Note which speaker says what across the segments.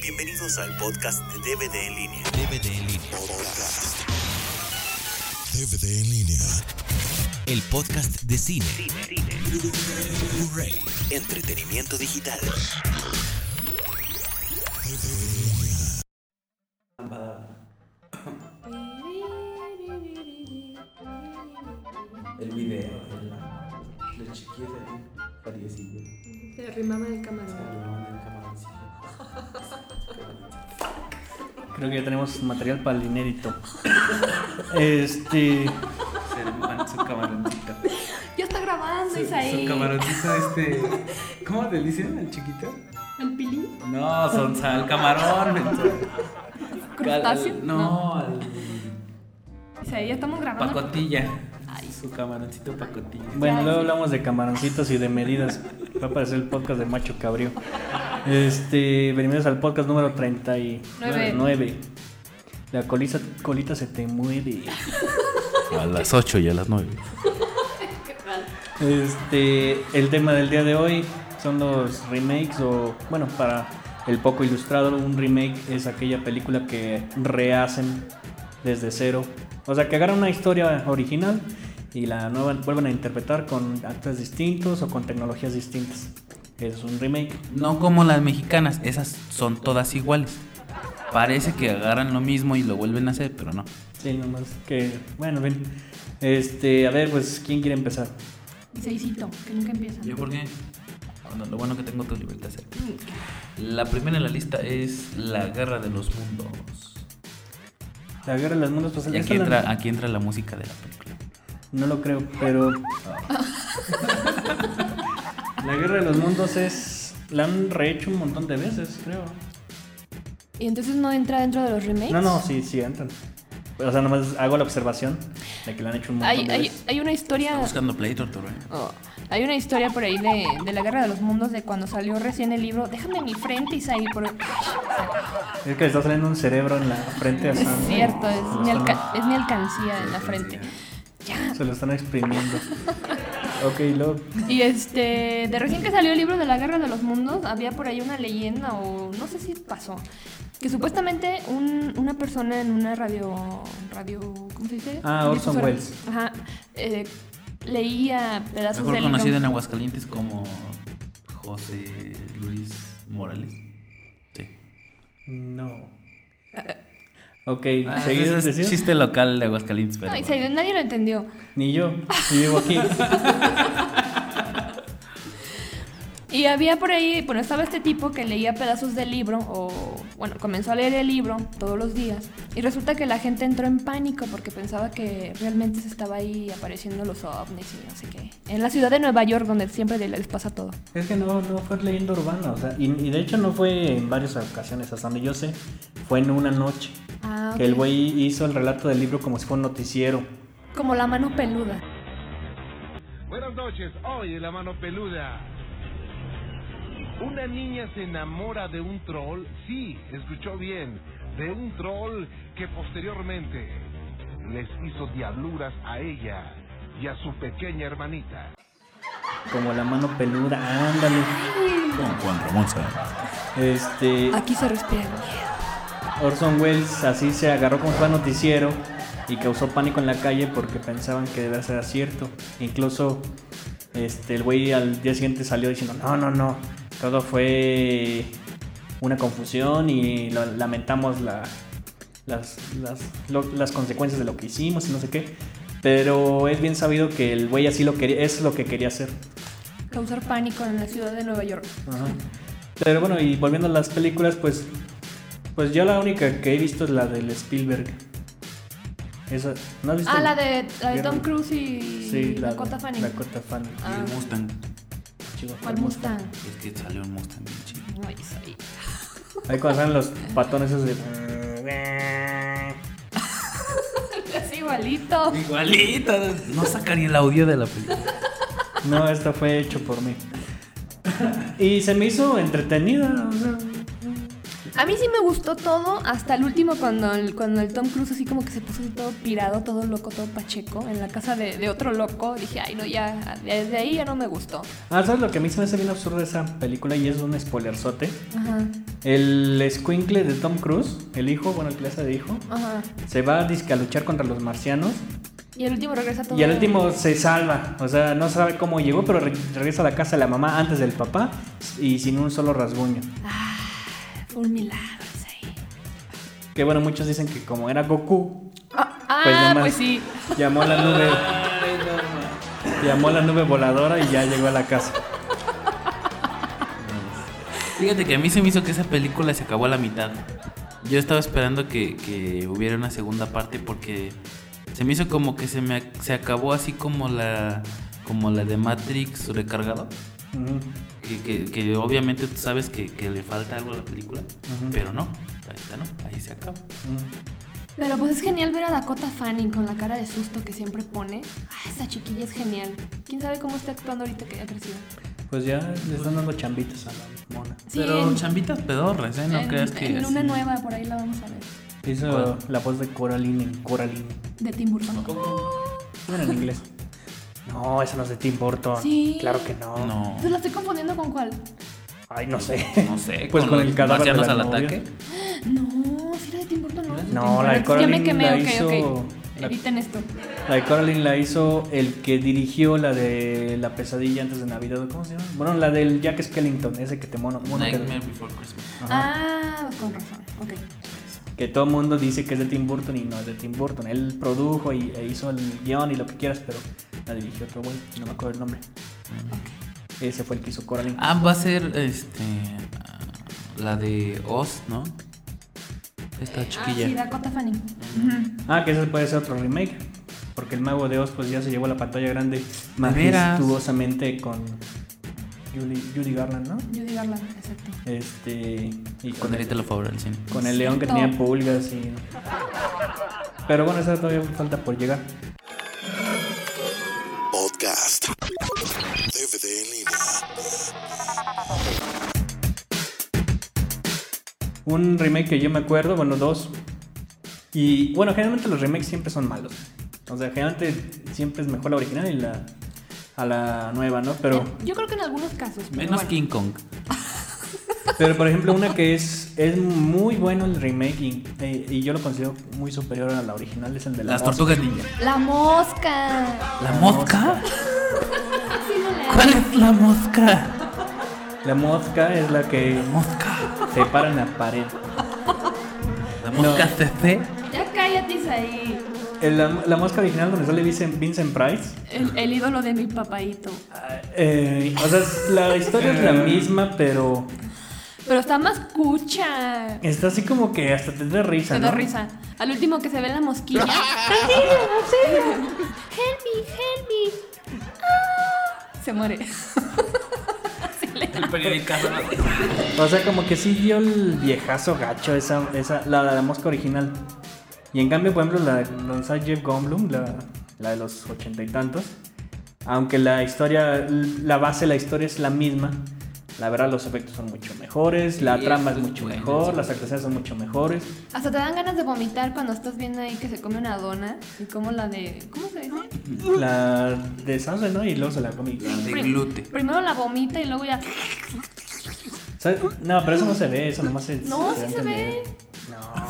Speaker 1: Bienvenidos al podcast de DVD en línea.
Speaker 2: DVD en línea.
Speaker 1: Podcast.
Speaker 3: DVD en línea.
Speaker 2: El podcast de cine, Blu-ray,
Speaker 1: Entretenimiento digital.
Speaker 4: El video, el, la chiquilla de Pariesillo.
Speaker 5: Se arrimaba el
Speaker 4: Se
Speaker 5: camarón.
Speaker 4: hablaban del camaroncillo.
Speaker 6: Creo que ya tenemos material para el dinerito. Este.
Speaker 4: Se armaban su camaroncito.
Speaker 5: Ya está grabando,
Speaker 4: Su,
Speaker 5: Isaí.
Speaker 4: su camaroncito, este. ¿Cómo le dicen al chiquito?
Speaker 5: ¿El pilín?
Speaker 4: No, son al camarón. menso.
Speaker 5: ¿Crustáceo?
Speaker 4: Al- No, al
Speaker 5: Isaí, ya estamos grabando.
Speaker 4: pacotilla.
Speaker 5: Ah, Ay.
Speaker 4: Su camaroncito pacotilla.
Speaker 6: Bueno,
Speaker 5: Ya,
Speaker 6: luego
Speaker 5: sí.
Speaker 6: hablamos de camaroncitos y de medidas. Va a aparecer el podcast de Macho Cabrío. Este. Bienvenidos al podcast número 39.
Speaker 5: Nueve.
Speaker 6: La colita, colita se te muere.
Speaker 7: A las 8 y a las 9.
Speaker 6: Este. El tema del día de hoy son los remakes o. Bueno, para el poco ilustrado, un remake es aquella película que rehacen desde cero. O sea, que agarran una historia original y la nueva, vuelven a interpretar con actores distintos o con tecnologías distintas. Es un remake.
Speaker 7: No como las mexicanas, esas son todas iguales. Parece que agarran lo mismo y lo vuelven a hacer, pero no.
Speaker 6: Sí, nomás que. Bueno, ven. Este, a ver, pues, ¿quién quiere empezar?
Speaker 5: Isaícito, que nunca empieza.
Speaker 7: ¿Yo por qué? Bueno, lo bueno que tengo tu libertad cerca. La primera en la lista es La Guerra de los Mundos.
Speaker 6: La guerra de las mundos, pues
Speaker 7: Y
Speaker 6: esa
Speaker 7: aquí
Speaker 6: la-
Speaker 7: entra, aquí entra la música de la película.
Speaker 5: Ah.
Speaker 6: No lo creo, pero. la guerra de los mundos es. La han rehecho un montón de veces, creo.
Speaker 5: ¿Y entonces no entra dentro de los remakes?
Speaker 6: No, no, sí, sí, entran. O sea, nomás hago la observación de que la han hecho un montón
Speaker 5: Hay,
Speaker 6: de
Speaker 5: hay,
Speaker 6: veces.
Speaker 5: hay una
Speaker 7: Está
Speaker 5: historia.
Speaker 7: buscando Play ¿eh? Tortoro.
Speaker 5: oh, hay una historia por ahí de, de la Guerra de los Mundos de cuando salió recién el libro. Déjame mi frente, Isaí. Por...
Speaker 6: Es que le está saliendo un cerebro en la frente.
Speaker 5: Es
Speaker 6: así, ¿no?
Speaker 5: cierto, es
Speaker 6: Se lo
Speaker 5: mi,
Speaker 6: están-
Speaker 5: alca- es mi alcancía en la frente.
Speaker 6: Se lo están exprimiendo. ok, luego.
Speaker 5: Y este, de recién que salió el libro de la Guerra de los Mundos, había por ahí una leyenda o no sé si pasó, que supuestamente un- una persona en una radio, radio, ¿cómo se dice?
Speaker 6: Ah, Orson
Speaker 5: Difusora.
Speaker 6: Welles.
Speaker 5: Ajá, eh, leía pedazos
Speaker 7: Mejor
Speaker 5: del
Speaker 7: conocido en
Speaker 5: libro.
Speaker 7: Aguascalientes como José Luis Morales. Sí.
Speaker 6: No. Ok,
Speaker 7: Ah,
Speaker 6: ¿seguido
Speaker 7: ese es
Speaker 6: decías?
Speaker 7: chiste local de Aguascalientes, pero
Speaker 5: No, y
Speaker 7: bueno.
Speaker 5: se- nadie lo entendió.
Speaker 6: Ni yo, ni vivo aquí.
Speaker 5: Y había por ahí, bueno, estaba este tipo que leía pedazos del libro, o bueno, comenzó a leer el libro todos los días, y resulta que la gente entró en pánico porque pensaba que realmente se estaba ahí apareciendo los ovnis y no sé qué. En la ciudad de Nueva York, donde siempre les pasa todo.
Speaker 6: Es que no, no fue leyenda urbana, o sea, y, y de hecho no fue en varias ocasiones, hasta donde yo sé, fue en una noche.
Speaker 5: Ah,
Speaker 6: Que el güey hizo el relato del libro como si fuera un noticiero.
Speaker 5: Como la mano peluda.
Speaker 8: Buenas noches, oye la mano peluda. Una niña se enamora de un troll, sí, escuchó bien, de un troll que posteriormente les hizo diabluras a ella y a su pequeña hermanita.
Speaker 6: Como la mano peluda, ándale.
Speaker 7: Como Juan Ramón Sáenz.
Speaker 6: Este,
Speaker 5: Aquí se respira el miedo.
Speaker 6: Orson Welles así se agarró como si fuera noticiero y causó pánico en la calle porque pensaban que de verdad era cierto. Incluso este, el güey al día siguiente salió diciendo, no, no, no, todo fue una confusión y lo- lamentamos la- las, las, lo- las consecuencias de lo que hicimos y no sé qué. Pero es bien sabido que el güey así lo quería, es lo que quería hacer.
Speaker 5: Causar pánico en la ciudad de Nueva York.
Speaker 6: Ajá. Pero bueno, y volviendo a las películas, pues pues yo la única que he visto es la del Spielberg. Esa, ¿no has visto?
Speaker 5: Ah, la de, la de
Speaker 6: Guerra-
Speaker 5: Tom Cruise y
Speaker 6: Sí, la
Speaker 5: Dakota
Speaker 6: de-
Speaker 5: Fanning.
Speaker 6: Dakota Fanning.
Speaker 5: Ah,
Speaker 7: El Mustang.
Speaker 6: Chihuahua.
Speaker 5: ¿Cuál Mustang?
Speaker 7: Es que salió un Mustang bien chido.
Speaker 5: Ay, soy-
Speaker 6: Ahí cuando salen los patones esos de...
Speaker 5: Es igualito.
Speaker 7: Igualito. No sacaría el audio de la película.
Speaker 6: No, esta fue hecho por mí. Y se me hizo entretenida, o sea,
Speaker 5: A mí sí me gustó todo, hasta el último cuando el, cuando el Tom Cruise así como que se puso así todo pirado, todo loco, todo pacheco, en la casa de, de otro loco. Dije, ay, no, ya, desde ahí ya no me gustó.
Speaker 6: Ah, ¿sabes lo que a mí se me hace bien absurdo de esa película y es un spoilerzote?
Speaker 5: Ajá,
Speaker 6: El squinkle de Tom Cruise, el hijo, bueno, el que le hace de hijo,
Speaker 5: ajá.
Speaker 6: se va a, dizque a luchar contra los marcianos
Speaker 5: Y el último regresa todo.
Speaker 6: y al último se salva. O sea, no sabe cómo llegó, pero re- regresa a la casa de la mamá antes del papá y sin un solo rasguño.
Speaker 5: Fue un milagro ese ahí.
Speaker 6: Que bueno, muchos dicen que como era Goku,
Speaker 5: Ah,
Speaker 6: Pues
Speaker 5: ah,
Speaker 6: nomás.
Speaker 5: pues sí.
Speaker 6: llamó a la nube. Llamó a la nube voladora y ya llegó a la casa.
Speaker 7: Fíjate que a mí se me hizo que esa película se acabó a la mitad. Yo estaba esperando que, que hubiera una segunda parte porque se me hizo como que se me ac- se acabó así como la como la de Matrix recargado.
Speaker 6: Ujú,
Speaker 7: Que, que- que obviamente tú sabes que, que le falta algo a la película, pero no, ahorita no, ahí se acaba.
Speaker 6: ujú.
Speaker 5: Pero pues es genial ver a Dakota Fanning con la cara de susto que siempre pone. Ah, esa chiquilla es genial. ¿Quién sabe cómo está actuando ahorita que ha crecido?
Speaker 6: Pues ya le están dando chambitas a la mona.
Speaker 5: Sí,
Speaker 7: pero
Speaker 5: en-
Speaker 7: chambitas pedorras, ¿eh? No
Speaker 5: en,
Speaker 7: creas que
Speaker 5: en
Speaker 7: así-
Speaker 5: una nueva, por ahí la vamos a ver.
Speaker 6: Hizo
Speaker 7: ¿Cuál?
Speaker 6: la voz de Coraline en Coraline.
Speaker 5: De Tim Burton.
Speaker 6: Bueno, en inglés. No, esa no es de Tim Burton.
Speaker 5: Sí.
Speaker 6: Claro que no.
Speaker 7: No,
Speaker 5: Entonces la estoy confundiendo con cuál.
Speaker 6: Ay, no sé.
Speaker 7: no sé.
Speaker 6: Pues con
Speaker 7: los
Speaker 6: el cadáver de
Speaker 7: marcianos
Speaker 6: la
Speaker 7: al
Speaker 6: novia.
Speaker 7: ataque.
Speaker 5: No, si era de Tim Burton, no.
Speaker 6: No, la de
Speaker 5: Ya me
Speaker 6: Coraline
Speaker 5: quemé,
Speaker 6: la
Speaker 5: ok,
Speaker 6: hizo...
Speaker 5: ok.
Speaker 6: la-
Speaker 5: Eviten esto.
Speaker 6: La de Coraline la hizo el que dirigió la de La pesadilla antes de Navidad. ¿Cómo se llama? Bueno, la del Jack Skellington, ese que te mono. mono que,
Speaker 7: Nightmare Before Christmas.
Speaker 6: Ajá.
Speaker 5: Ah, con razón. Ok.
Speaker 6: que todo el mundo dice que es de Tim Burton y no es de Tim Burton. Él produjo y, e hizo el guión y lo que quieras, pero la dirigió otro güey. No me acuerdo el nombre. Ese fue el que hizo Coraline.
Speaker 7: Ah, va a ser este ah, la de Oz, ¿no? Esta
Speaker 5: Ah, sí,
Speaker 7: chiquilla.
Speaker 5: Dakota Fanning.
Speaker 6: Ah, que ese puede ser otro remake. Porque el Mago de Oz pues ya se llevó a la pantalla grande
Speaker 7: veras?
Speaker 6: majestuosamente con Judy, Judy Garland, ¿no?
Speaker 5: Judy Garland, exacto.
Speaker 6: Este. Y con
Speaker 7: Cuando
Speaker 6: el,
Speaker 7: ahorita lo favor al cine.
Speaker 6: con el león que
Speaker 5: Cierto.
Speaker 6: tenía pulgas y. Pero bueno, esa todavía falta por llegar.
Speaker 3: Podcast. DVD en línea.
Speaker 6: Un remake que yo me acuerdo, bueno, dos. Y bueno, generalmente los remakes siempre son malos. O sea, generalmente siempre es mejor la original y la. a la nueva, ¿no? Pero.
Speaker 5: Yo creo que en algunos casos. pero
Speaker 7: Menos
Speaker 5: bueno.
Speaker 7: King Kong.
Speaker 6: Pero por ejemplo, una que es, es muy bueno el remake y, eh, y yo lo considero muy superior a la original es el de la
Speaker 7: Las
Speaker 6: mosca.
Speaker 7: tortugas ninja.
Speaker 5: La mosca. Ah,
Speaker 7: ¿La mosca?
Speaker 5: Sí, no la-
Speaker 7: ¿Cuál es la mosca?
Speaker 6: La mosca es la que
Speaker 7: Mosca.
Speaker 6: se para en la pared.
Speaker 7: La mosca CC.
Speaker 5: Ya cállate, Isaí.
Speaker 6: El- Eh, la, la mosca original donde sale Vincent, Vincent Price.
Speaker 5: El, el ídolo de mi papaito.
Speaker 6: eh, o sea, es- la historia es la
Speaker 7: Eh.
Speaker 6: misma, pero
Speaker 5: Pero está más cucha.
Speaker 6: está así como que hasta te da risa.
Speaker 5: Te da
Speaker 6: ¿no?
Speaker 5: risa. Al último que se ve la mosquilla. Ah, ¡Auxilio, auxilio! ¡Help me, help me! ¡Ah! Se muere. Sí, le-
Speaker 7: El periódico.
Speaker 6: O sea, como que sí dio el viejazo gacho esa, esa la, la mosca original. Y en cambio, por ejemplo, la la de Sir Jeff Goldblum, la, la de los ochenta y tantos, aunque la historia, la base de la historia es la misma, la verdad los efectos son mucho mejores, la
Speaker 7: Sí,
Speaker 6: trama es
Speaker 7: eso es
Speaker 6: mucho
Speaker 7: bueno,
Speaker 6: mejor,
Speaker 7: sí.
Speaker 6: las actuaciones son mucho mejores.
Speaker 5: Hasta te dan ganas de vomitar cuando estás viendo ahí que se come una dona. Y como la de. ¿Cómo se dice?
Speaker 6: La de Sansa, ¿no? Y luego se la comí.
Speaker 7: La de
Speaker 5: Prim-
Speaker 7: glute.
Speaker 5: Primero la vomita y luego ya.
Speaker 6: ¿Sabes? No, pero eso no se ve, eso nomás se
Speaker 5: No,
Speaker 6: da
Speaker 5: sí
Speaker 6: a
Speaker 5: se ve.
Speaker 6: entender.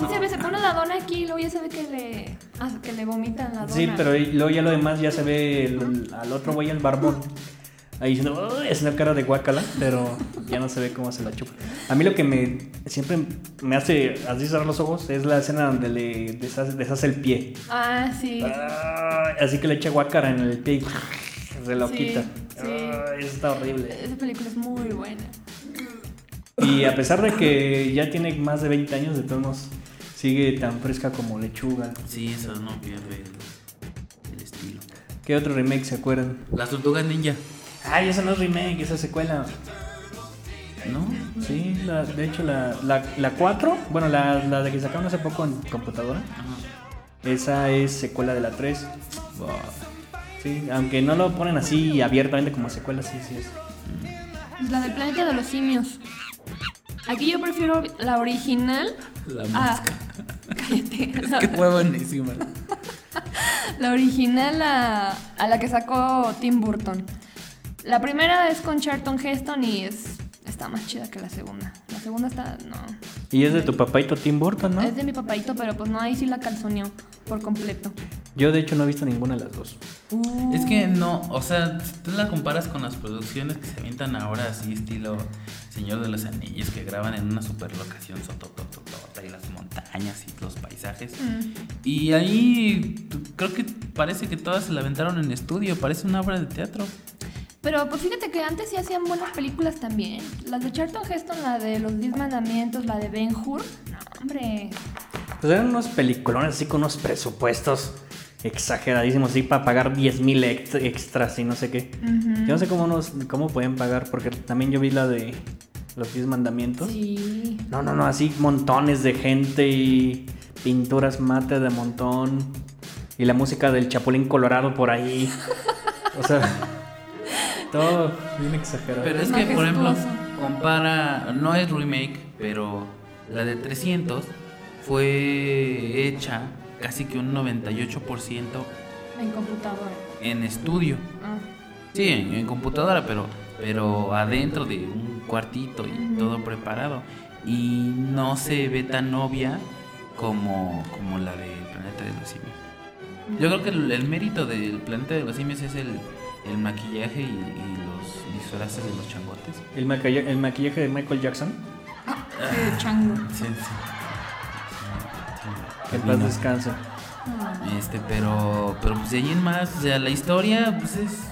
Speaker 5: Sí se ve, se pone la dona aquí y luego ya se ve que le. ah, que le vomitan la dona.
Speaker 6: Sí, pero y luego ya lo demás ya se ve el- al otro güey, el barbón. Ahí diciendo, "Uy", es una cara de guacala, pero ya no se ve cómo se la chupa. A mí lo que me siempre me hace así cerrar los ojos es la escena donde le deshace, deshace el pie.
Speaker 5: Ah, sí.
Speaker 6: Ah, Así que le echa guácara en el pie y se lo
Speaker 5: Sí,
Speaker 6: quita.
Speaker 5: sí.
Speaker 6: Ah, Eso está horrible.
Speaker 5: Esa película es muy buena.
Speaker 6: Y a pesar de que ya tiene más de 20 años, de todos modos, sigue tan fresca como lechuga.
Speaker 7: Sí, eso no pierde el- el estilo.
Speaker 6: ¿Qué otro remake se acuerdan?
Speaker 7: Las tortugas ninja.
Speaker 6: Ay, eso no es remake, esa es secuela.
Speaker 7: ¿No?
Speaker 6: Sí, la- de hecho la, la, la 4, bueno, la, la de que sacaron hace poco en computadora, esa es secuela de la 3. Sí, aunque no lo ponen así abiertamente como secuela, sí, sí es.
Speaker 5: La del planeta de los simios. Aquí yo prefiero la original.
Speaker 7: La
Speaker 5: a-
Speaker 7: mosca.
Speaker 5: Cállate. La,
Speaker 7: Qué huevonísima.
Speaker 5: la original a, a la que sacó Tim Burton. La primera es con Charlton Heston y es está más chida que la segunda. La segunda está no.
Speaker 6: Y es de tu papaito Tim Burton, ¿no?
Speaker 5: Es de mi papadito, pero pues no ahí sí la calzoneó por completo.
Speaker 6: Yo de hecho no he visto ninguna de las dos.
Speaker 5: Uh,
Speaker 7: Es que no, o sea, si tú la comparas con las producciones que se avientan ahora así estilo Señor de los Anillos que graban en una super locación sototototota y las montañas y los paisajes.
Speaker 5: mm.
Speaker 7: Y ahí t- creo que parece que todas se la aventaron en estudio, parece una obra de teatro.
Speaker 5: Pero pues fíjate que antes sí hacían buenas películas también. Las de Charlton Heston, la de Los Diez Mandamientos, la de Ben Hur. No, hombre.
Speaker 6: Pues eran unos peliculones así con unos presupuestos exageradísimos, así para pagar 10 mil extras y no sé qué. Yo no sé cómo, nos, cómo pueden pagar, porque también yo vi la de los 10 mandamientos.
Speaker 5: Sí.
Speaker 6: No, no, no, así montones de gente y pinturas mate de montón. Y la música del Chapulín Colorado por ahí. O sea, todo bien exagerado.
Speaker 7: Pero es
Speaker 5: Es
Speaker 7: que, por ejemplo,
Speaker 5: majestuoso.
Speaker 7: compara, no es remake, pero la de 300 fue hecha casi que un 98%
Speaker 5: En computadora.
Speaker 7: en estudio.
Speaker 5: Ah.
Speaker 7: Sí, en, en computadora, pero, pero adentro de un cuartito y todo preparado. Y no se ve tan obvia como, como la del Planeta de los Simios. Yo creo que el, el mérito del Planeta de los Simios es el, el maquillaje y, y los disfraces de los changotes.
Speaker 6: El, maquilla- el maquillaje de Michael Jackson,
Speaker 5: Qué chango.
Speaker 7: Sí, sí. Sí, sí.
Speaker 6: que en paz
Speaker 7: Termino.
Speaker 6: descanse.
Speaker 7: Este, pero, pero pues de ahí en más, o sea, la historia, pues es.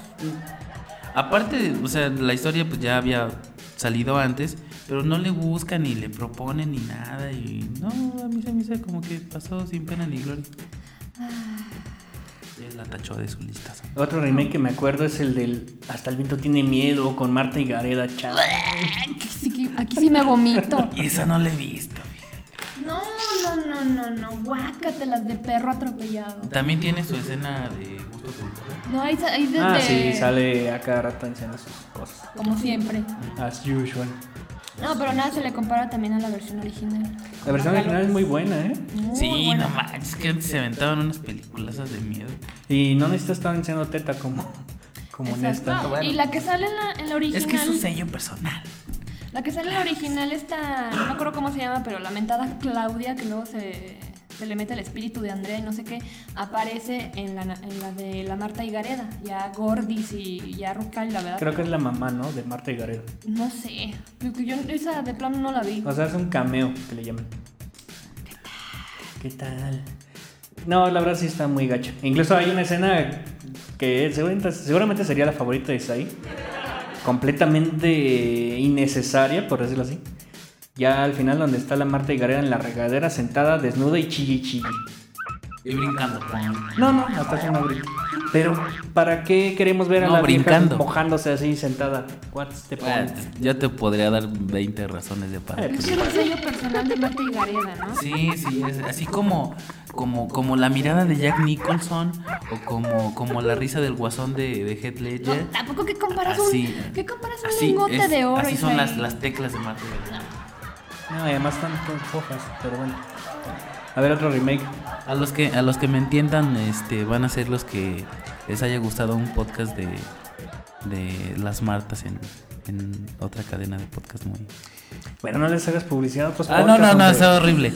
Speaker 7: Aparte, o sea, la historia pues ya había salido antes, pero no le buscan ni le proponen ni nada y no, a mí se me hizo como que pasó sin pena ni gloria.
Speaker 5: Ah.
Speaker 7: Y él la tachó de su lista.
Speaker 6: Otro remake que me acuerdo es el del Hasta el viento tiene miedo con Marta y Gareda, chaval.
Speaker 5: Aquí sí, que- aquí sí me vomito.
Speaker 7: Y esa no la he visto.
Speaker 5: No, no, no, no, no. Guácatelas de perro atropellado.
Speaker 7: También tiene su escena de gusto culposo.
Speaker 5: No, ahí, sa- ahí desde.
Speaker 6: Ah, sí, sale a cada rato diciendo sus cosas.
Speaker 5: Como siempre.
Speaker 6: As usual.
Speaker 5: No, pero nada se le compara también a la versión original.
Speaker 6: La versión original es muy buena, ¿eh?
Speaker 5: Muy
Speaker 7: Sí,
Speaker 5: buena.
Speaker 7: no manches, que antes se aventaban unas películas de miedo.
Speaker 6: Y no necesitas estar diciendo teta como, como en
Speaker 5: Exacto.
Speaker 6: esta.
Speaker 5: Y la que sale en la, en la original.
Speaker 7: Es que es un sello personal.
Speaker 5: La que sale en la original está, no me acuerdo cómo se llama, pero lamentada Claudia, que luego se, se le mete el espíritu de Andrea y no sé qué, aparece en la, en la de la Marta Higareda, ya Gordis y ya Rucal, la verdad.
Speaker 6: Creo que es la mamá, ¿no? De Marta y Gareda.
Speaker 5: No sé, porque yo esa de plano no la vi.
Speaker 6: O sea, es un cameo que le llaman. ¿Qué tal? No, la verdad sí está muy gacha. Incluso hay una escena que seguramente, seguramente sería la favorita de Isaí. Completamente innecesaria, por decirlo así. Ya al final donde está la Marta y Gareda en la regadera sentada, desnuda y chilli chilli.
Speaker 7: Y brincando.
Speaker 6: No, no, hasta hace una brinca. Pero, ¿para qué queremos ver a
Speaker 7: No,
Speaker 6: la vieja
Speaker 7: brincando.
Speaker 6: mojándose así sentada? What's the
Speaker 7: Bueno,
Speaker 6: point?
Speaker 7: Yo te podría dar 20 razones de para.
Speaker 5: Es que era un sello personal de Marta Higareda, ¿no?
Speaker 7: Sí, sí, es así como, como, como la mirada de Jack Nicholson o como, como la risa del guasón de, de Heath
Speaker 5: No,
Speaker 7: Ledger.
Speaker 5: tampoco que comparas
Speaker 7: Así,
Speaker 5: un, que comparas un
Speaker 7: así
Speaker 5: lingote
Speaker 7: es-
Speaker 5: de oro.
Speaker 7: Así son
Speaker 5: Isaí.
Speaker 7: las, las teclas de Martin.
Speaker 6: No, y además están todas fojas, pero bueno. A ver, otro remake.
Speaker 7: A los que a los que me entiendan, este, van a ser los que les haya gustado un podcast de, de las Martas en, en otra cadena de podcast muy.
Speaker 6: Bueno, no les hagas publicidad a otros
Speaker 7: Ah, no, no,
Speaker 6: podcasts,
Speaker 7: no,
Speaker 6: hombre.
Speaker 7: está horrible.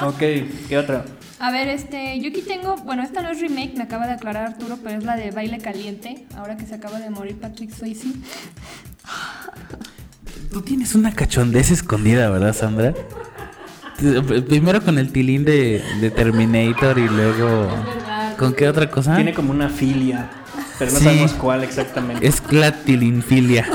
Speaker 6: Ok, ¿qué otra?
Speaker 5: A ver, este, yo aquí tengo, bueno, esta no es remake, me acaba de aclarar Arturo, pero es la de Baile Caliente, ahora que se acaba de morir Patrick Swayze.
Speaker 7: Tú tienes una cachondez escondida, ¿verdad, Sandra? P- Primero con el tilín de, de Terminator y luego... ¿Con qué otra cosa?
Speaker 6: Tiene como una filia, pero no
Speaker 7: ¿Ah? Sí.
Speaker 6: sabemos cuál exactamente.
Speaker 7: Es clatilinfilia.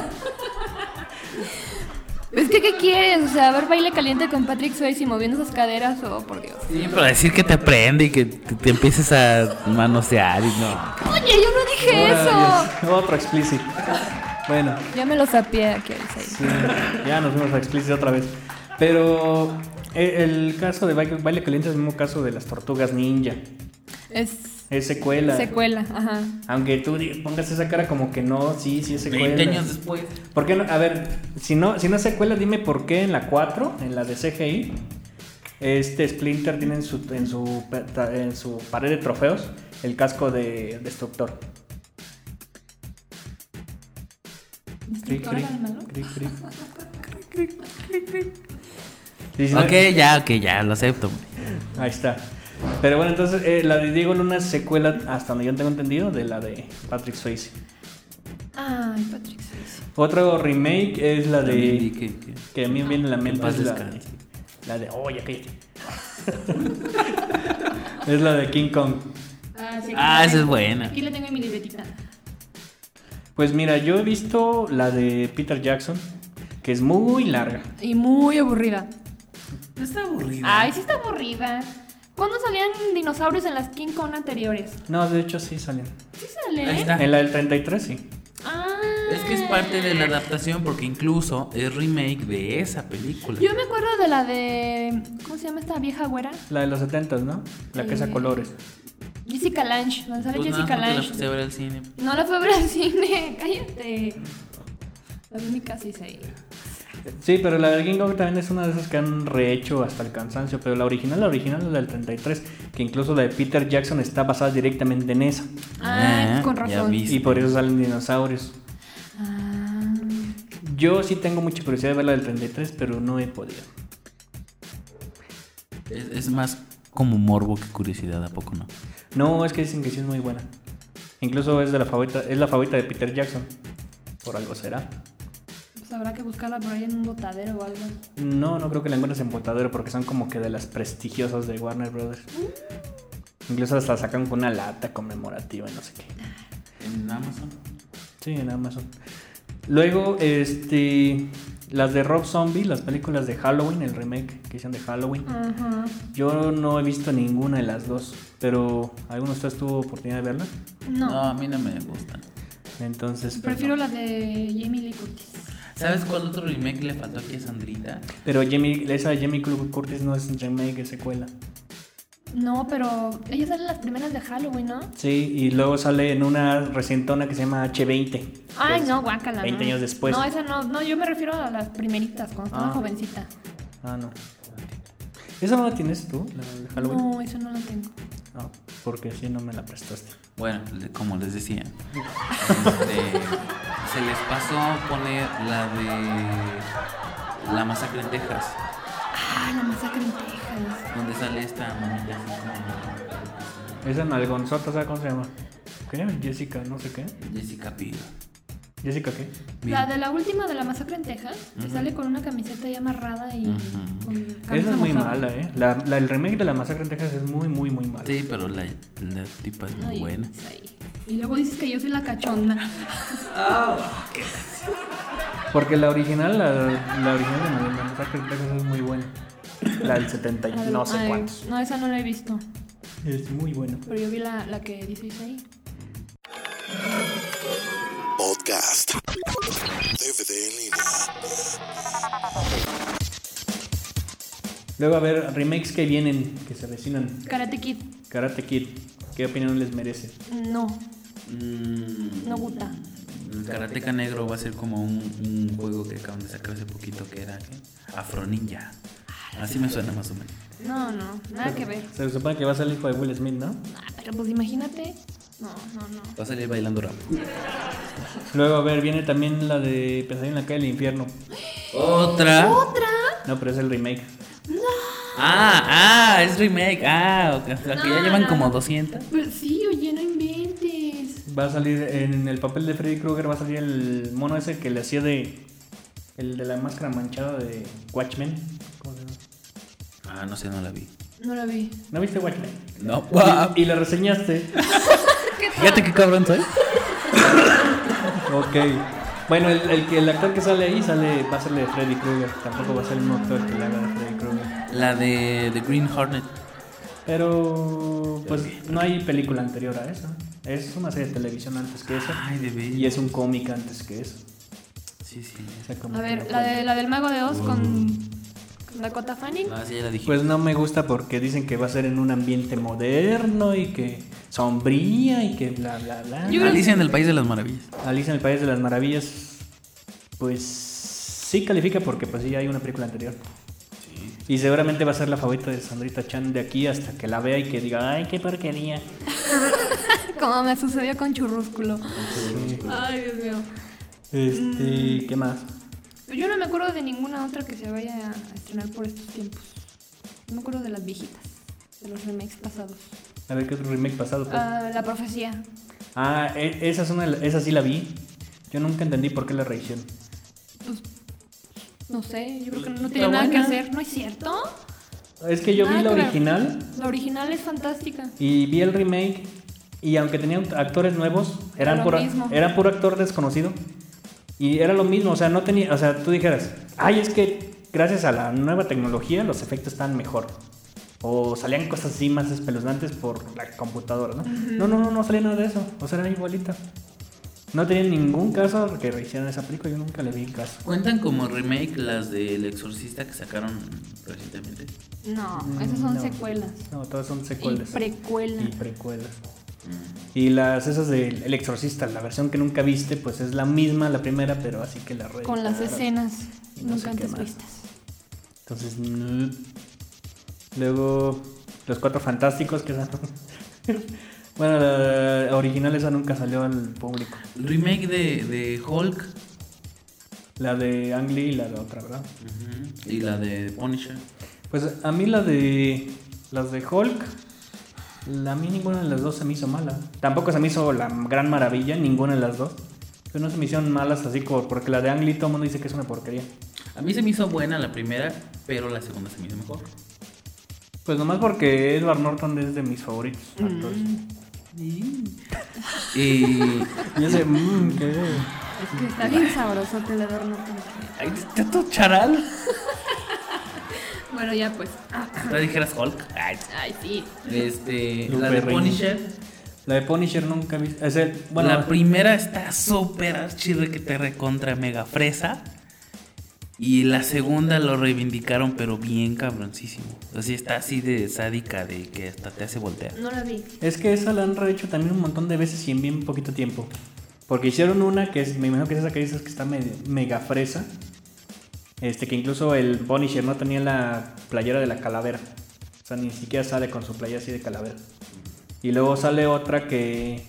Speaker 5: Es que, ¿qué quieres? O sea, ver Baile Caliente con Patrick Swayze moviendo esas caderas, oh, por Dios.
Speaker 7: Sí, para decir que te aprende y que te, te empieces a manosear y no.
Speaker 5: Oye, yo no dije
Speaker 6: Ahora,
Speaker 5: eso.
Speaker 6: Dios, Otro explícito. Bueno,
Speaker 5: Ya me lo sapié aquí, Isaí.
Speaker 6: sí, ya nos vemos a explícito otra vez. Pero eh, el caso de Baile Baile Caliente es el mismo caso de las tortugas ninja.
Speaker 5: Es
Speaker 6: Es secuela.
Speaker 5: Secuela, ajá.
Speaker 6: Aunque tú di- pongas esa cara como que no, sí, sí es secuela.
Speaker 7: 20 años después.
Speaker 6: ¿Por qué no? A ver, si no, si no es secuela, dime por qué en la 4, en la de CGI, este Splinter tiene en su, en su, peta- en su pared de trofeos el casco de Destructor. Cri,
Speaker 5: ¿Destructor
Speaker 6: cri,
Speaker 5: era el malo?
Speaker 6: cri, cri. Sí, sí,
Speaker 7: Ok, ya, ok, ya, lo acepto.
Speaker 6: Ahí está. Pero bueno, entonces eh, la de Diego Luna es secuela, hasta donde yo tengo entendido, de la de Patrick Swayze.
Speaker 5: Ay, Patrick Swayze.
Speaker 6: Otro remake es la
Speaker 7: También
Speaker 6: de...
Speaker 7: vi que- que-
Speaker 6: Que a mí me viene en la mente
Speaker 7: paz
Speaker 6: es la de,
Speaker 7: descanse.
Speaker 6: la de. Oye, cállate. es la de King Kong.
Speaker 9: Ah, sí, aquí
Speaker 7: Ah,
Speaker 9: la
Speaker 7: esa es
Speaker 9: tengo.
Speaker 7: buena.
Speaker 9: Aquí la tengo en mi libretita.
Speaker 6: Pues mira, yo he visto la de Peter Jackson, que es muy larga.
Speaker 5: Y muy aburrida.
Speaker 7: No está aburrida.
Speaker 5: Ay, sí está aburrida. ¿Cuándo salían dinosaurios en las King Kong anteriores?
Speaker 6: No, de hecho sí salió.
Speaker 5: Sí salen.
Speaker 7: Ahí está.
Speaker 6: En la del 33 sí.
Speaker 5: Ah.
Speaker 7: Es que es parte de la adaptación porque incluso es remake de esa película.
Speaker 5: Yo me acuerdo de la de. ¿Cómo se llama esta vieja güera?
Speaker 6: La de los 70, ¿no? La que es a
Speaker 5: Eh,
Speaker 6: colores.
Speaker 5: Jessica Lange. ¿Dónde sale
Speaker 7: Pues
Speaker 5: Jessica
Speaker 7: nada, no te la
Speaker 5: Lange?
Speaker 7: fuiste a ver al cine.
Speaker 5: No la fue a ver al cine. Cállate. La única sí se
Speaker 6: Sí, pero la de King Kong también es una de esas que han rehecho hasta el cansancio. Pero la original, la original es la del 33, que incluso la de Peter Jackson está basada directamente en esa.
Speaker 5: Ah,
Speaker 7: Ah,
Speaker 5: con
Speaker 7: ya
Speaker 5: razón.
Speaker 7: vi.
Speaker 6: Y por eso salen dinosaurios.
Speaker 5: Ah.
Speaker 6: Yo sí tengo mucha curiosidad de ver la del 33, pero no he podido.
Speaker 7: Es, es más como morbo que curiosidad, ¿a poco no?
Speaker 6: No, es que dicen que sí es muy buena. Incluso es de la favorita, es la favorita de Peter Jackson. Por algo será.
Speaker 5: Pues habrá que buscarla por ahí en un botadero o algo.
Speaker 6: No, no creo que la encuentres en botadero porque son como que de las prestigiosas de Warner Brothers. Incluso hasta sacan con una lata conmemorativa y no sé qué.
Speaker 7: En Amazon.
Speaker 6: Sí, en Amazon. Luego, este. Las de Rob Zombie, las películas de Halloween, el remake que hicieron de Halloween.
Speaker 5: Ajá.
Speaker 6: Yo no he visto ninguna de las dos, pero ¿alguno de ustedes tuvo oportunidad de verla?
Speaker 5: No.
Speaker 7: a mí no me gustan.
Speaker 6: Entonces. pues,
Speaker 5: Prefiero
Speaker 6: no.
Speaker 5: la de Jamie Lee Curtis.
Speaker 7: ¿Sabes cuál otro remake le faltó aquí a Sandrita?
Speaker 6: Pero Jamie, esa de Jamie Clu- Curtis no es remake, es secuela.
Speaker 5: No, pero ellas salen las primeras de Halloween, ¿no?
Speaker 6: Sí, y luego sale en una recientona que se llama H20.
Speaker 5: Ay,
Speaker 6: Pues,
Speaker 5: no, guácala.
Speaker 6: 20
Speaker 5: no.
Speaker 6: años después.
Speaker 5: No, esa no, no, yo me refiero a las primeritas, cuando estaba
Speaker 6: Ah.
Speaker 5: jovencita.
Speaker 6: Ah, no. ¿Esa no la tienes tú, la de Halloween?
Speaker 5: No, esa no la tengo.
Speaker 6: No, porque sí no me la prestaste.
Speaker 7: Bueno, le- como les decía, este, se les pasó poner la de La Masacre en Texas,
Speaker 5: Ah, la masacre en Texas.
Speaker 7: donde sale esta mamita así como
Speaker 6: Esa nalgonzota, ¿sabes cómo se llama? ¿Qué? Jessica, no sé qué.
Speaker 7: Jessica Biel.
Speaker 6: ¿Jessica qué?
Speaker 5: La de la última de la masacre en Texas, que sale con una camiseta ya amarrada y
Speaker 7: Ujú.
Speaker 5: con
Speaker 6: Esa
Speaker 5: camisa
Speaker 6: es muy
Speaker 5: mojada.
Speaker 6: mala, ¿eh? La, la- el remake de La Masacre en Texas es muy, muy, muy mala.
Speaker 7: Sí, pero la, la tipa es muy
Speaker 5: Ay,
Speaker 7: buena.
Speaker 5: sí. pues Y luego dices que yo soy la cachonda.
Speaker 6: Porque la original, la, la original de La- La Masacre en Texas es muy buena. La del 70 y no sé
Speaker 5: Ay,
Speaker 6: cuántos.
Speaker 5: No, esa no la he visto.
Speaker 6: Es muy buena.
Speaker 5: Pero yo vi la, la que dices ahí.
Speaker 3: Podcast. DVD en línea.
Speaker 6: Luego, a ver, remakes que vienen, que se vecinan.
Speaker 5: Karate Kid.
Speaker 6: Karate Kid, ¿qué opinión les merece?
Speaker 5: No,
Speaker 7: Mm,
Speaker 5: no gusta.
Speaker 7: Karateka Negro va a ser como un, un juego que acaban de sacar hace poquito que era ¿qué? Afro Ninja. Así me suena más o menos.
Speaker 5: No, no, nada que ver.
Speaker 6: Se supone que va a ser el hijo de Will Smith, ¿no?
Speaker 5: Ah, pero pues imagínate. No, no, no.
Speaker 7: Va a salir bailando rap.
Speaker 6: Luego, a ver, viene también la de Pesadilla en la calle del infierno.
Speaker 7: Otra.
Speaker 6: No, pero es el remake.
Speaker 7: Ah, ah, es remake. Ah, ok. O sea, que ya
Speaker 5: No,
Speaker 7: llevan
Speaker 5: no,
Speaker 7: como
Speaker 5: no.
Speaker 7: 200.
Speaker 5: Pues sí, oye, no inventes.
Speaker 6: Va a salir en el papel de Freddy Krueger, va a salir el mono ese que le hacía de. El de la máscara manchada de Watchmen. ¿Cómo se llama?
Speaker 7: Ah, no sé, no la vi.
Speaker 5: No la vi.
Speaker 6: ¿No viste Watchmen?
Speaker 7: No.
Speaker 6: Y la reseñaste.
Speaker 7: Fíjate qué cabrón soy.
Speaker 6: ok. Bueno, el, el, que- el actor que sale ahí sale, va a ser de Freddy Krueger. Tampoco va a ser el mismo actor que le haga de Freddy Krueger.
Speaker 7: La de The Green Hornet.
Speaker 6: Pero pues no hay película anterior a esa. Es una serie de televisión antes que esa.
Speaker 7: Ay, de
Speaker 6: Y
Speaker 7: bello.
Speaker 6: es un cómic antes que eso.
Speaker 7: Sí, sí.
Speaker 6: O sea, como
Speaker 5: A
Speaker 6: que
Speaker 5: ver,
Speaker 6: no
Speaker 5: la,
Speaker 6: cuenta.
Speaker 5: de, la del Mago de Oz con, con Dakota Fanning.
Speaker 7: Ah, sí, ya la dije.
Speaker 6: Pues no me gusta porque dicen que va a ser en un ambiente moderno y que sombría y que bla, bla, bla.
Speaker 5: Yo creo
Speaker 7: Alicia en el País de las Maravillas.
Speaker 6: Alicia en el País de las Maravillas, pues sí califica porque pues sí hay una película anterior. Y seguramente va a ser la favorita de Sandrita Chan de aquí hasta que la vea y que diga, ay, qué porquería.
Speaker 5: Como me sucedió con Churrúsculo. Ay, Dios mío. Mm.
Speaker 6: Este, ¿qué más?
Speaker 5: Yo no me acuerdo de ninguna otra que se vaya a estrenar por estos tiempos. No me acuerdo de las viejitas, de los remakes pasados.
Speaker 6: A ver qué otro remake pasado. pues?
Speaker 5: Ah, la profecía.
Speaker 6: Ah, e- esa, es una, de la- esa sí la vi. Yo nunca entendí por qué la rehicieron.
Speaker 5: No sé, yo creo que no tiene nada que
Speaker 6: buena.
Speaker 5: hacer. ¿No es cierto?
Speaker 6: Es que yo vi
Speaker 5: Ah,
Speaker 6: la
Speaker 5: claro.
Speaker 6: original
Speaker 5: La original es fantástica.
Speaker 6: y vi el remake y aunque tenían actores nuevos, eran
Speaker 5: Lo
Speaker 6: puro,
Speaker 5: mismo.
Speaker 6: era puro actor desconocido. Y era lo mismo, o sea, no tenía, o sea, tú dijeras, ay, es que gracias a la nueva tecnología los efectos están mejor. O salían cosas así más espeluznantes por la computadora, ¿no? No, no, no, no salía nada de eso. O sea, era igualita. No tenía ningún caso que rehicieran esa película, yo nunca le vi caso.
Speaker 7: ¿Cuentan como remake las del Exorcista que sacaron recientemente?
Speaker 5: No, esas son
Speaker 6: no.
Speaker 5: secuelas.
Speaker 6: No, todas son
Speaker 5: Y
Speaker 6: secuelas.
Speaker 5: precuelas.
Speaker 6: y precuelas.
Speaker 7: Mm.
Speaker 6: Y las esas del El Exorcista, la versión que nunca viste, pues es la misma, la primera, pero así que la red.
Speaker 5: Con las escenas
Speaker 6: Y no
Speaker 5: nunca
Speaker 6: sé qué
Speaker 5: antes
Speaker 6: más.
Speaker 5: vistas.
Speaker 6: Entonces, mm. luego Los Cuatro Fantásticos, que esa- bueno, la original esa nunca salió al público.
Speaker 7: Remake de, de Hulk
Speaker 6: La de Ang Lee y la de otra, ¿verdad?
Speaker 7: y la de Punisher.
Speaker 6: Pues a mí la de las de Hulk, la a mí ninguna de las dos se me hizo mala. Tampoco se me hizo la gran maravilla, ninguna de las dos. Pero no se me hicieron malas así como porque la de Ang Lee todo el mundo dice que es una porquería.
Speaker 7: A mí se me hizo buena la primera, pero la segunda se me hizo mejor.
Speaker 6: Pues nomás porque Edward Norton es de mis favoritos actores.
Speaker 7: Y
Speaker 6: Y ese, mmm, qué...
Speaker 5: Es que está bien sabroso el adorno.
Speaker 7: ahí está tu charal.
Speaker 5: Bueno, ya pues.
Speaker 7: No dijeras Hulk. Ay,
Speaker 5: Ay, sí.
Speaker 7: Este,
Speaker 6: Lupe
Speaker 7: la de
Speaker 6: Rey.
Speaker 7: Punisher.
Speaker 6: La de Punisher nunca vi. es el- bueno,
Speaker 7: la primera está súper archirre que te recontra mega fresa. Y la segunda lo reivindicaron, pero bien cabroncísimo. Así está así de sádica, de que hasta te hace voltear.
Speaker 5: No la vi.
Speaker 6: es que esa la han rehecho también un montón de veces y en bien poquito tiempo. Porque hicieron una que es, me imagino que es esa que dices que está me- mega fresa. Este, que incluso el Punisher no tenía la playera de la calavera. O sea, ni siquiera sale con su playera así de calavera. Y luego sale otra que.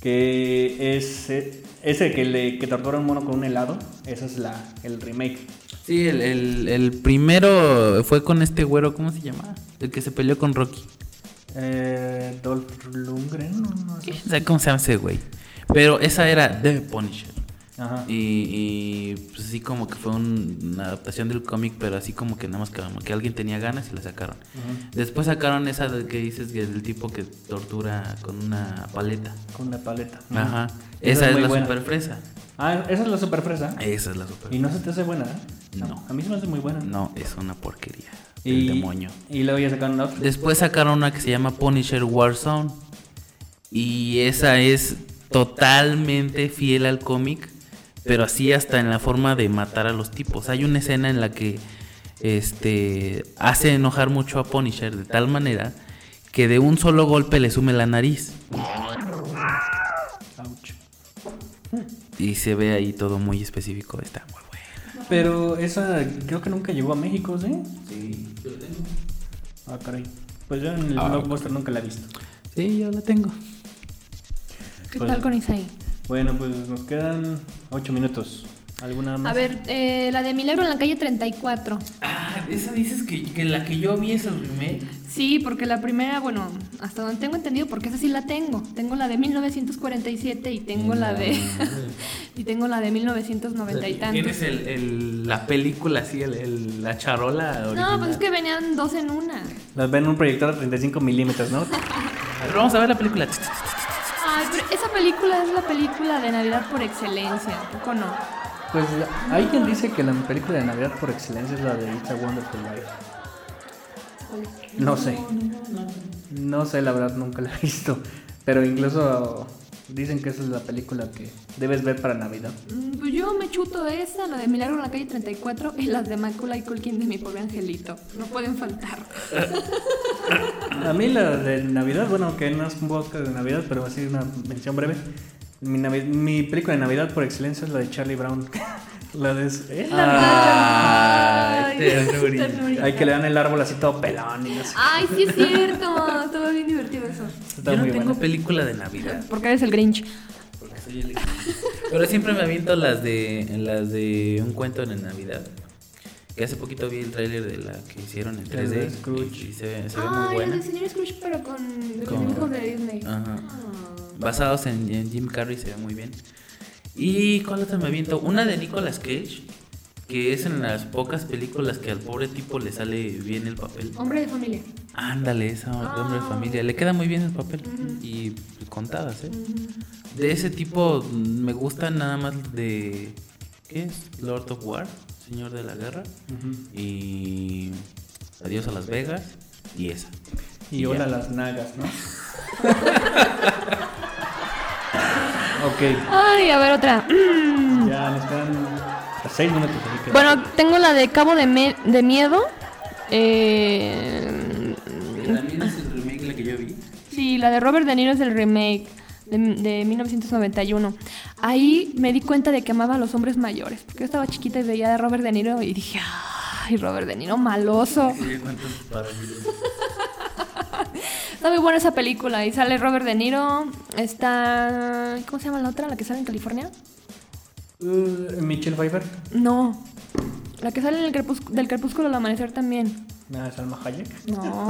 Speaker 6: que es. eh, Ese que le que tortura a un mono con un helado. Esa es la, el remake.
Speaker 7: Sí, el, el, el primero fue con este güero, ¿cómo se llama? El que se peleó con Rocky.
Speaker 6: Eh, Dolph Lundgren, no, no sé.
Speaker 7: ¿Quién sabe cómo se llama ese güey? Pero esa era The Punisher.
Speaker 6: Ajá.
Speaker 7: Y, y, pues sí como que fue un- una adaptación del cómic, pero así como que nada más que, como que alguien tenía ganas y la sacaron. Después sacaron esa de que dices que el tipo que tortura con una paleta.
Speaker 6: Con la paleta.
Speaker 7: Ajá.
Speaker 6: Esa
Speaker 7: Esa,
Speaker 6: es
Speaker 7: es,
Speaker 6: muy
Speaker 7: la
Speaker 6: buena.
Speaker 7: super fresa.
Speaker 6: Ah, esa es la super fresa.
Speaker 7: Esa es la super
Speaker 6: Y no se te hace buena, ¿eh?
Speaker 7: No.
Speaker 6: A mí se me hace muy buena.
Speaker 7: No, es una porquería.
Speaker 6: Y,
Speaker 7: El demonio.
Speaker 6: Y luego ya sacaron la otra.
Speaker 7: Después sacaron una que se llama Punisher Warzone. Y esa es totalmente fiel al cómic. Pero así hasta en la forma de matar a los tipos. Hay una escena en la que este hace enojar mucho a Punisher de tal manera que de un solo golpe le sume la nariz.
Speaker 6: Ouch.
Speaker 7: Y se ve ahí todo muy específico. Está muy bueno.
Speaker 6: Pero esa creo que nunca llegó a México, ¿sí? Sí, yo Ah, caray. Pues yo en el
Speaker 7: Ah,
Speaker 6: blockbuster nunca la he visto.
Speaker 7: Sí, yo la tengo.
Speaker 5: ¿Qué
Speaker 6: Pues-
Speaker 5: tal con Isaí?
Speaker 6: Bueno, pues nos quedan 8 minutos. ¿Alguna más?
Speaker 5: A ver, eh, la de Milagro en la calle 34.
Speaker 7: Ah, esa dices que, la que yo vi es el remake.
Speaker 5: Sí, porque la primera, bueno, hasta donde tengo entendido, porque esa sí la tengo. Tengo la de 1947 y tengo la de. y tengo la de 1990 y tantos.
Speaker 7: Tienes el, el- la película así, el, el- la charola original.
Speaker 5: No, pues es que venían dos en una.
Speaker 6: Las ven en un proyector de 35 milímetros, ¿no?
Speaker 7: A ver, Vamos a ver la película.
Speaker 5: Ay, pero esa película es la película de Navidad por excelencia, ¿a poco no?
Speaker 6: Pues la- hay quien dice que la película de Navidad por excelencia es la de It's a Wonderful Life. No sé. No sé, la verdad, nunca la he visto. Pero incluso
Speaker 4: Dicen que esa es la película que debes ver para Navidad.
Speaker 5: Mm, Pues yo me chuto esa, la de Milagro en la calle 34 y las de Mácula y Culkin de mi pobre angelito. No pueden faltar.
Speaker 4: A mí la de Navidad, bueno, que no es un podcast de Navidad, pero así una mención breve. Mi, navi- mi película de Navidad por excelencia es la de Charlie Brown. la de... es ¿eh? la-
Speaker 7: Ay,
Speaker 5: Ay,
Speaker 7: ternurita.
Speaker 5: ternurita.
Speaker 4: Hay que le dan el árbol así todo pelón y así.
Speaker 5: Ay, sí es cierto. Estaba bien divertido eso.
Speaker 4: Está
Speaker 7: Yo no
Speaker 4: muy
Speaker 7: tengo
Speaker 4: buena.
Speaker 7: película de Navidad.
Speaker 5: Porque eres el Grinch.
Speaker 7: porque soy el- Pero siempre me aviento las de las de un cuento en la Navidad. Que hace poquito vi el tráiler de la que hicieron en
Speaker 4: La de
Speaker 7: 3D.
Speaker 4: Scrooge.
Speaker 7: Y, y se ve, se ve muy
Speaker 5: Ay, el
Speaker 7: buena.
Speaker 5: del señor Scrooge, pero con los
Speaker 7: Con-
Speaker 5: dibujos de Disney. Ah,
Speaker 7: Ajá. Basados en, en Jim Carrey se ve muy bien. ¿Y cuál otra me aviento? Una de Nicolas Cage, que es en las pocas películas que al pobre tipo le sale bien el papel.
Speaker 5: Hombre de familia.
Speaker 7: Ándale, esa de hombre de familia. Le queda muy bien el papel. Y pues, contadas, ¿eh? De ese tipo mm, me gusta nada más de. ¿Qué es? Lord of War, Señor de la Guerra. Y. Adiós a Las Vegas. Y esa.
Speaker 4: Y hola
Speaker 7: ya.
Speaker 4: las nagas, ¿no? ok,
Speaker 5: Ay, a ver otra.
Speaker 4: ya nos quedan seis minutos. así que-
Speaker 5: Bueno, tengo la de Cabo de, Me- de Miedo. Eh,
Speaker 7: Que También es el remake la que yo vi.
Speaker 5: sí, la de Robert De Niro es el remake de, de 1991. Ahí me di cuenta de que amaba a los hombres mayores. Porque yo estaba chiquita y veía a Robert De Niro y dije, ay, Robert De Niro maloso. Está muy buena esa película. Ahí sale Robert De Niro. Está. ¿Cómo se llama la otra? ¿La que sale en California?
Speaker 4: Uh, Michelle Pfeiffer.
Speaker 5: No. La que sale en el crepúsculo, del crepúsculo al amanecer también.
Speaker 4: Nada, Salma Hayek.
Speaker 5: No.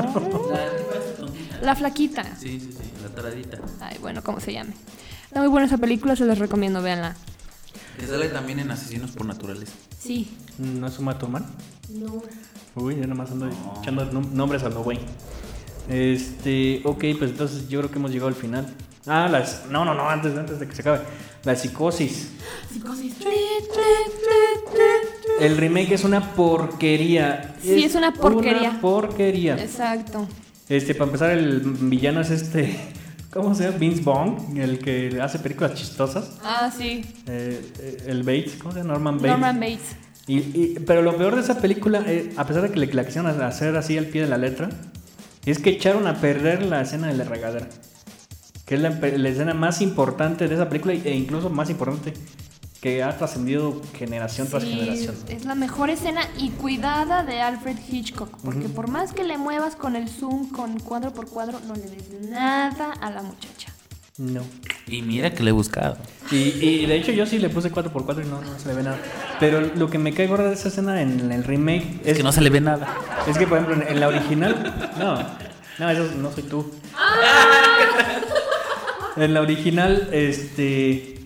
Speaker 5: La flaquita.
Speaker 7: Sí, sí, sí, la taradita.
Speaker 5: Ay, bueno, ¿cómo se llame? Está muy buena esa película, se los recomiendo, véanla.
Speaker 7: Que sale también en Asesinos por Naturales.
Speaker 5: Sí.
Speaker 4: ¿No es Uma Thurman?
Speaker 5: No.
Speaker 4: Uy, yo nomás ando echando nom- nombres a lo güey. Este, ok, pues entonces yo creo que hemos llegado al final. Ah, las. No, no, no, antes, antes de que se acabe. La psicosis.
Speaker 5: Psicosis.
Speaker 4: El remake es una porquería.
Speaker 5: Sí, es una porquería.
Speaker 4: Una porquería.
Speaker 5: Exacto.
Speaker 4: Este, para empezar, el villano es este. ¿Cómo se llama? Vince Bong, el que hace películas chistosas.
Speaker 5: Ah, sí.
Speaker 4: Eh, eh, el Bates, ¿cómo se llama? Norman Bates.
Speaker 5: Norman Bates.
Speaker 4: Y, y- pero lo peor de esa película, eh, a pesar de que le- la quisieron hacer así al pie de la letra, es que echaron a perder la escena de la regadera. Que es la, pe- la escena más importante de esa película e incluso más importante que ha trascendido generación tras
Speaker 5: Sí,
Speaker 4: generación.
Speaker 5: es la mejor escena y cuidada de Alfred Hitchcock, porque por más que le muevas con el zoom, con cuadro por cuadro, no le des nada a la muchacha.
Speaker 4: No.
Speaker 7: Y mira que le he buscado.
Speaker 4: Y, y de hecho yo sí le puse 4x4 y no, no se le ve nada. Pero lo que me cae gorda de esa escena en el remake
Speaker 7: Es que no se le ve nada.
Speaker 4: Es que, por ejemplo, en- en la original. No, no, eso no soy tú. En la original, este.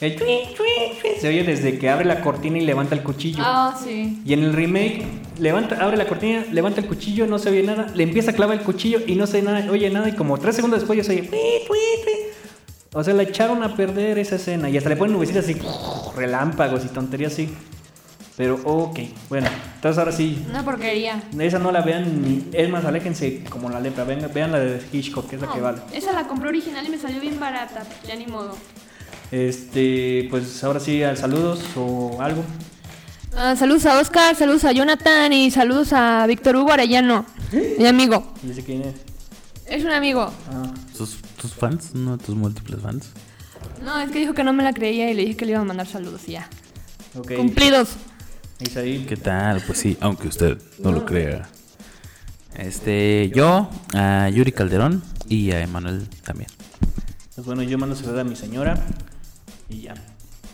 Speaker 4: el chui, chui, chui se oye desde que abre la cortina y levanta el cuchillo.
Speaker 5: Ah, sí.
Speaker 4: Y en el remake, levanta, abre la cortina, levanta el cuchillo, no se oye nada, le empieza a clavar el cuchillo y no se nada, oye nada, y como tres segundos después ya se oye. chui, chui, chui. O sea, la echaron a perder esa escena y hasta le ponen nubecitas así, relámpagos y tonterías así. Pero, ok, bueno, entonces ahora sí,
Speaker 5: Una porquería.
Speaker 4: esa no la vean ni. Es más, aléjense como la lepra. Venga, vean la de Hitchcock, que es la que
Speaker 5: No,
Speaker 4: vale.
Speaker 5: Esa la compré original y me salió bien barata, ya ni modo.
Speaker 4: Este, pues ahora sí, al saludos o algo.
Speaker 5: Ah, saludos a Oscar, saludos a Jonathan y saludos a Víctor Hugo Arellano, mi amigo.
Speaker 4: Y dice quién es.
Speaker 5: Es un amigo.
Speaker 4: Ah,
Speaker 7: ¿Tus, tus fans? ¿Uno de tus múltiples fans?
Speaker 5: No, es que dijo que no me la creía y le dije que le iba a mandar saludos y ya.
Speaker 4: ok.
Speaker 5: Cumplidos.
Speaker 4: Isaí.
Speaker 7: ¿Qué tal? Pues sí, aunque usted no lo crea. Este, yo, a Yuri Calderón y a Emanuel también.
Speaker 4: Pues bueno, yo mando saludar a mi señora. Y ya.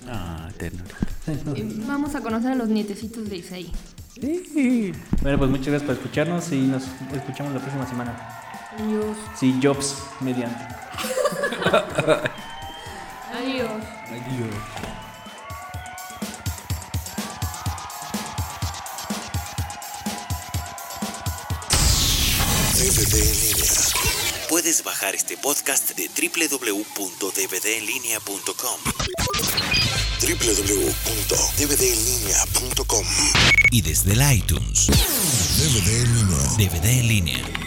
Speaker 7: Ah,
Speaker 5: Y vamos a conocer a los nietecitos de Isaí.
Speaker 4: Bueno, pues muchas gracias por escucharnos y nos escuchamos la próxima semana.
Speaker 5: Adiós.
Speaker 4: Sí, Jobs, mediante.
Speaker 5: Adiós.
Speaker 10: DVD en línea.
Speaker 1: Puedes bajar este podcast de www.dvdenlinea.com.
Speaker 10: www.dvdenlinea.com
Speaker 11: Y desde el iTunes.
Speaker 10: DVD en línea.
Speaker 11: DVD en línea.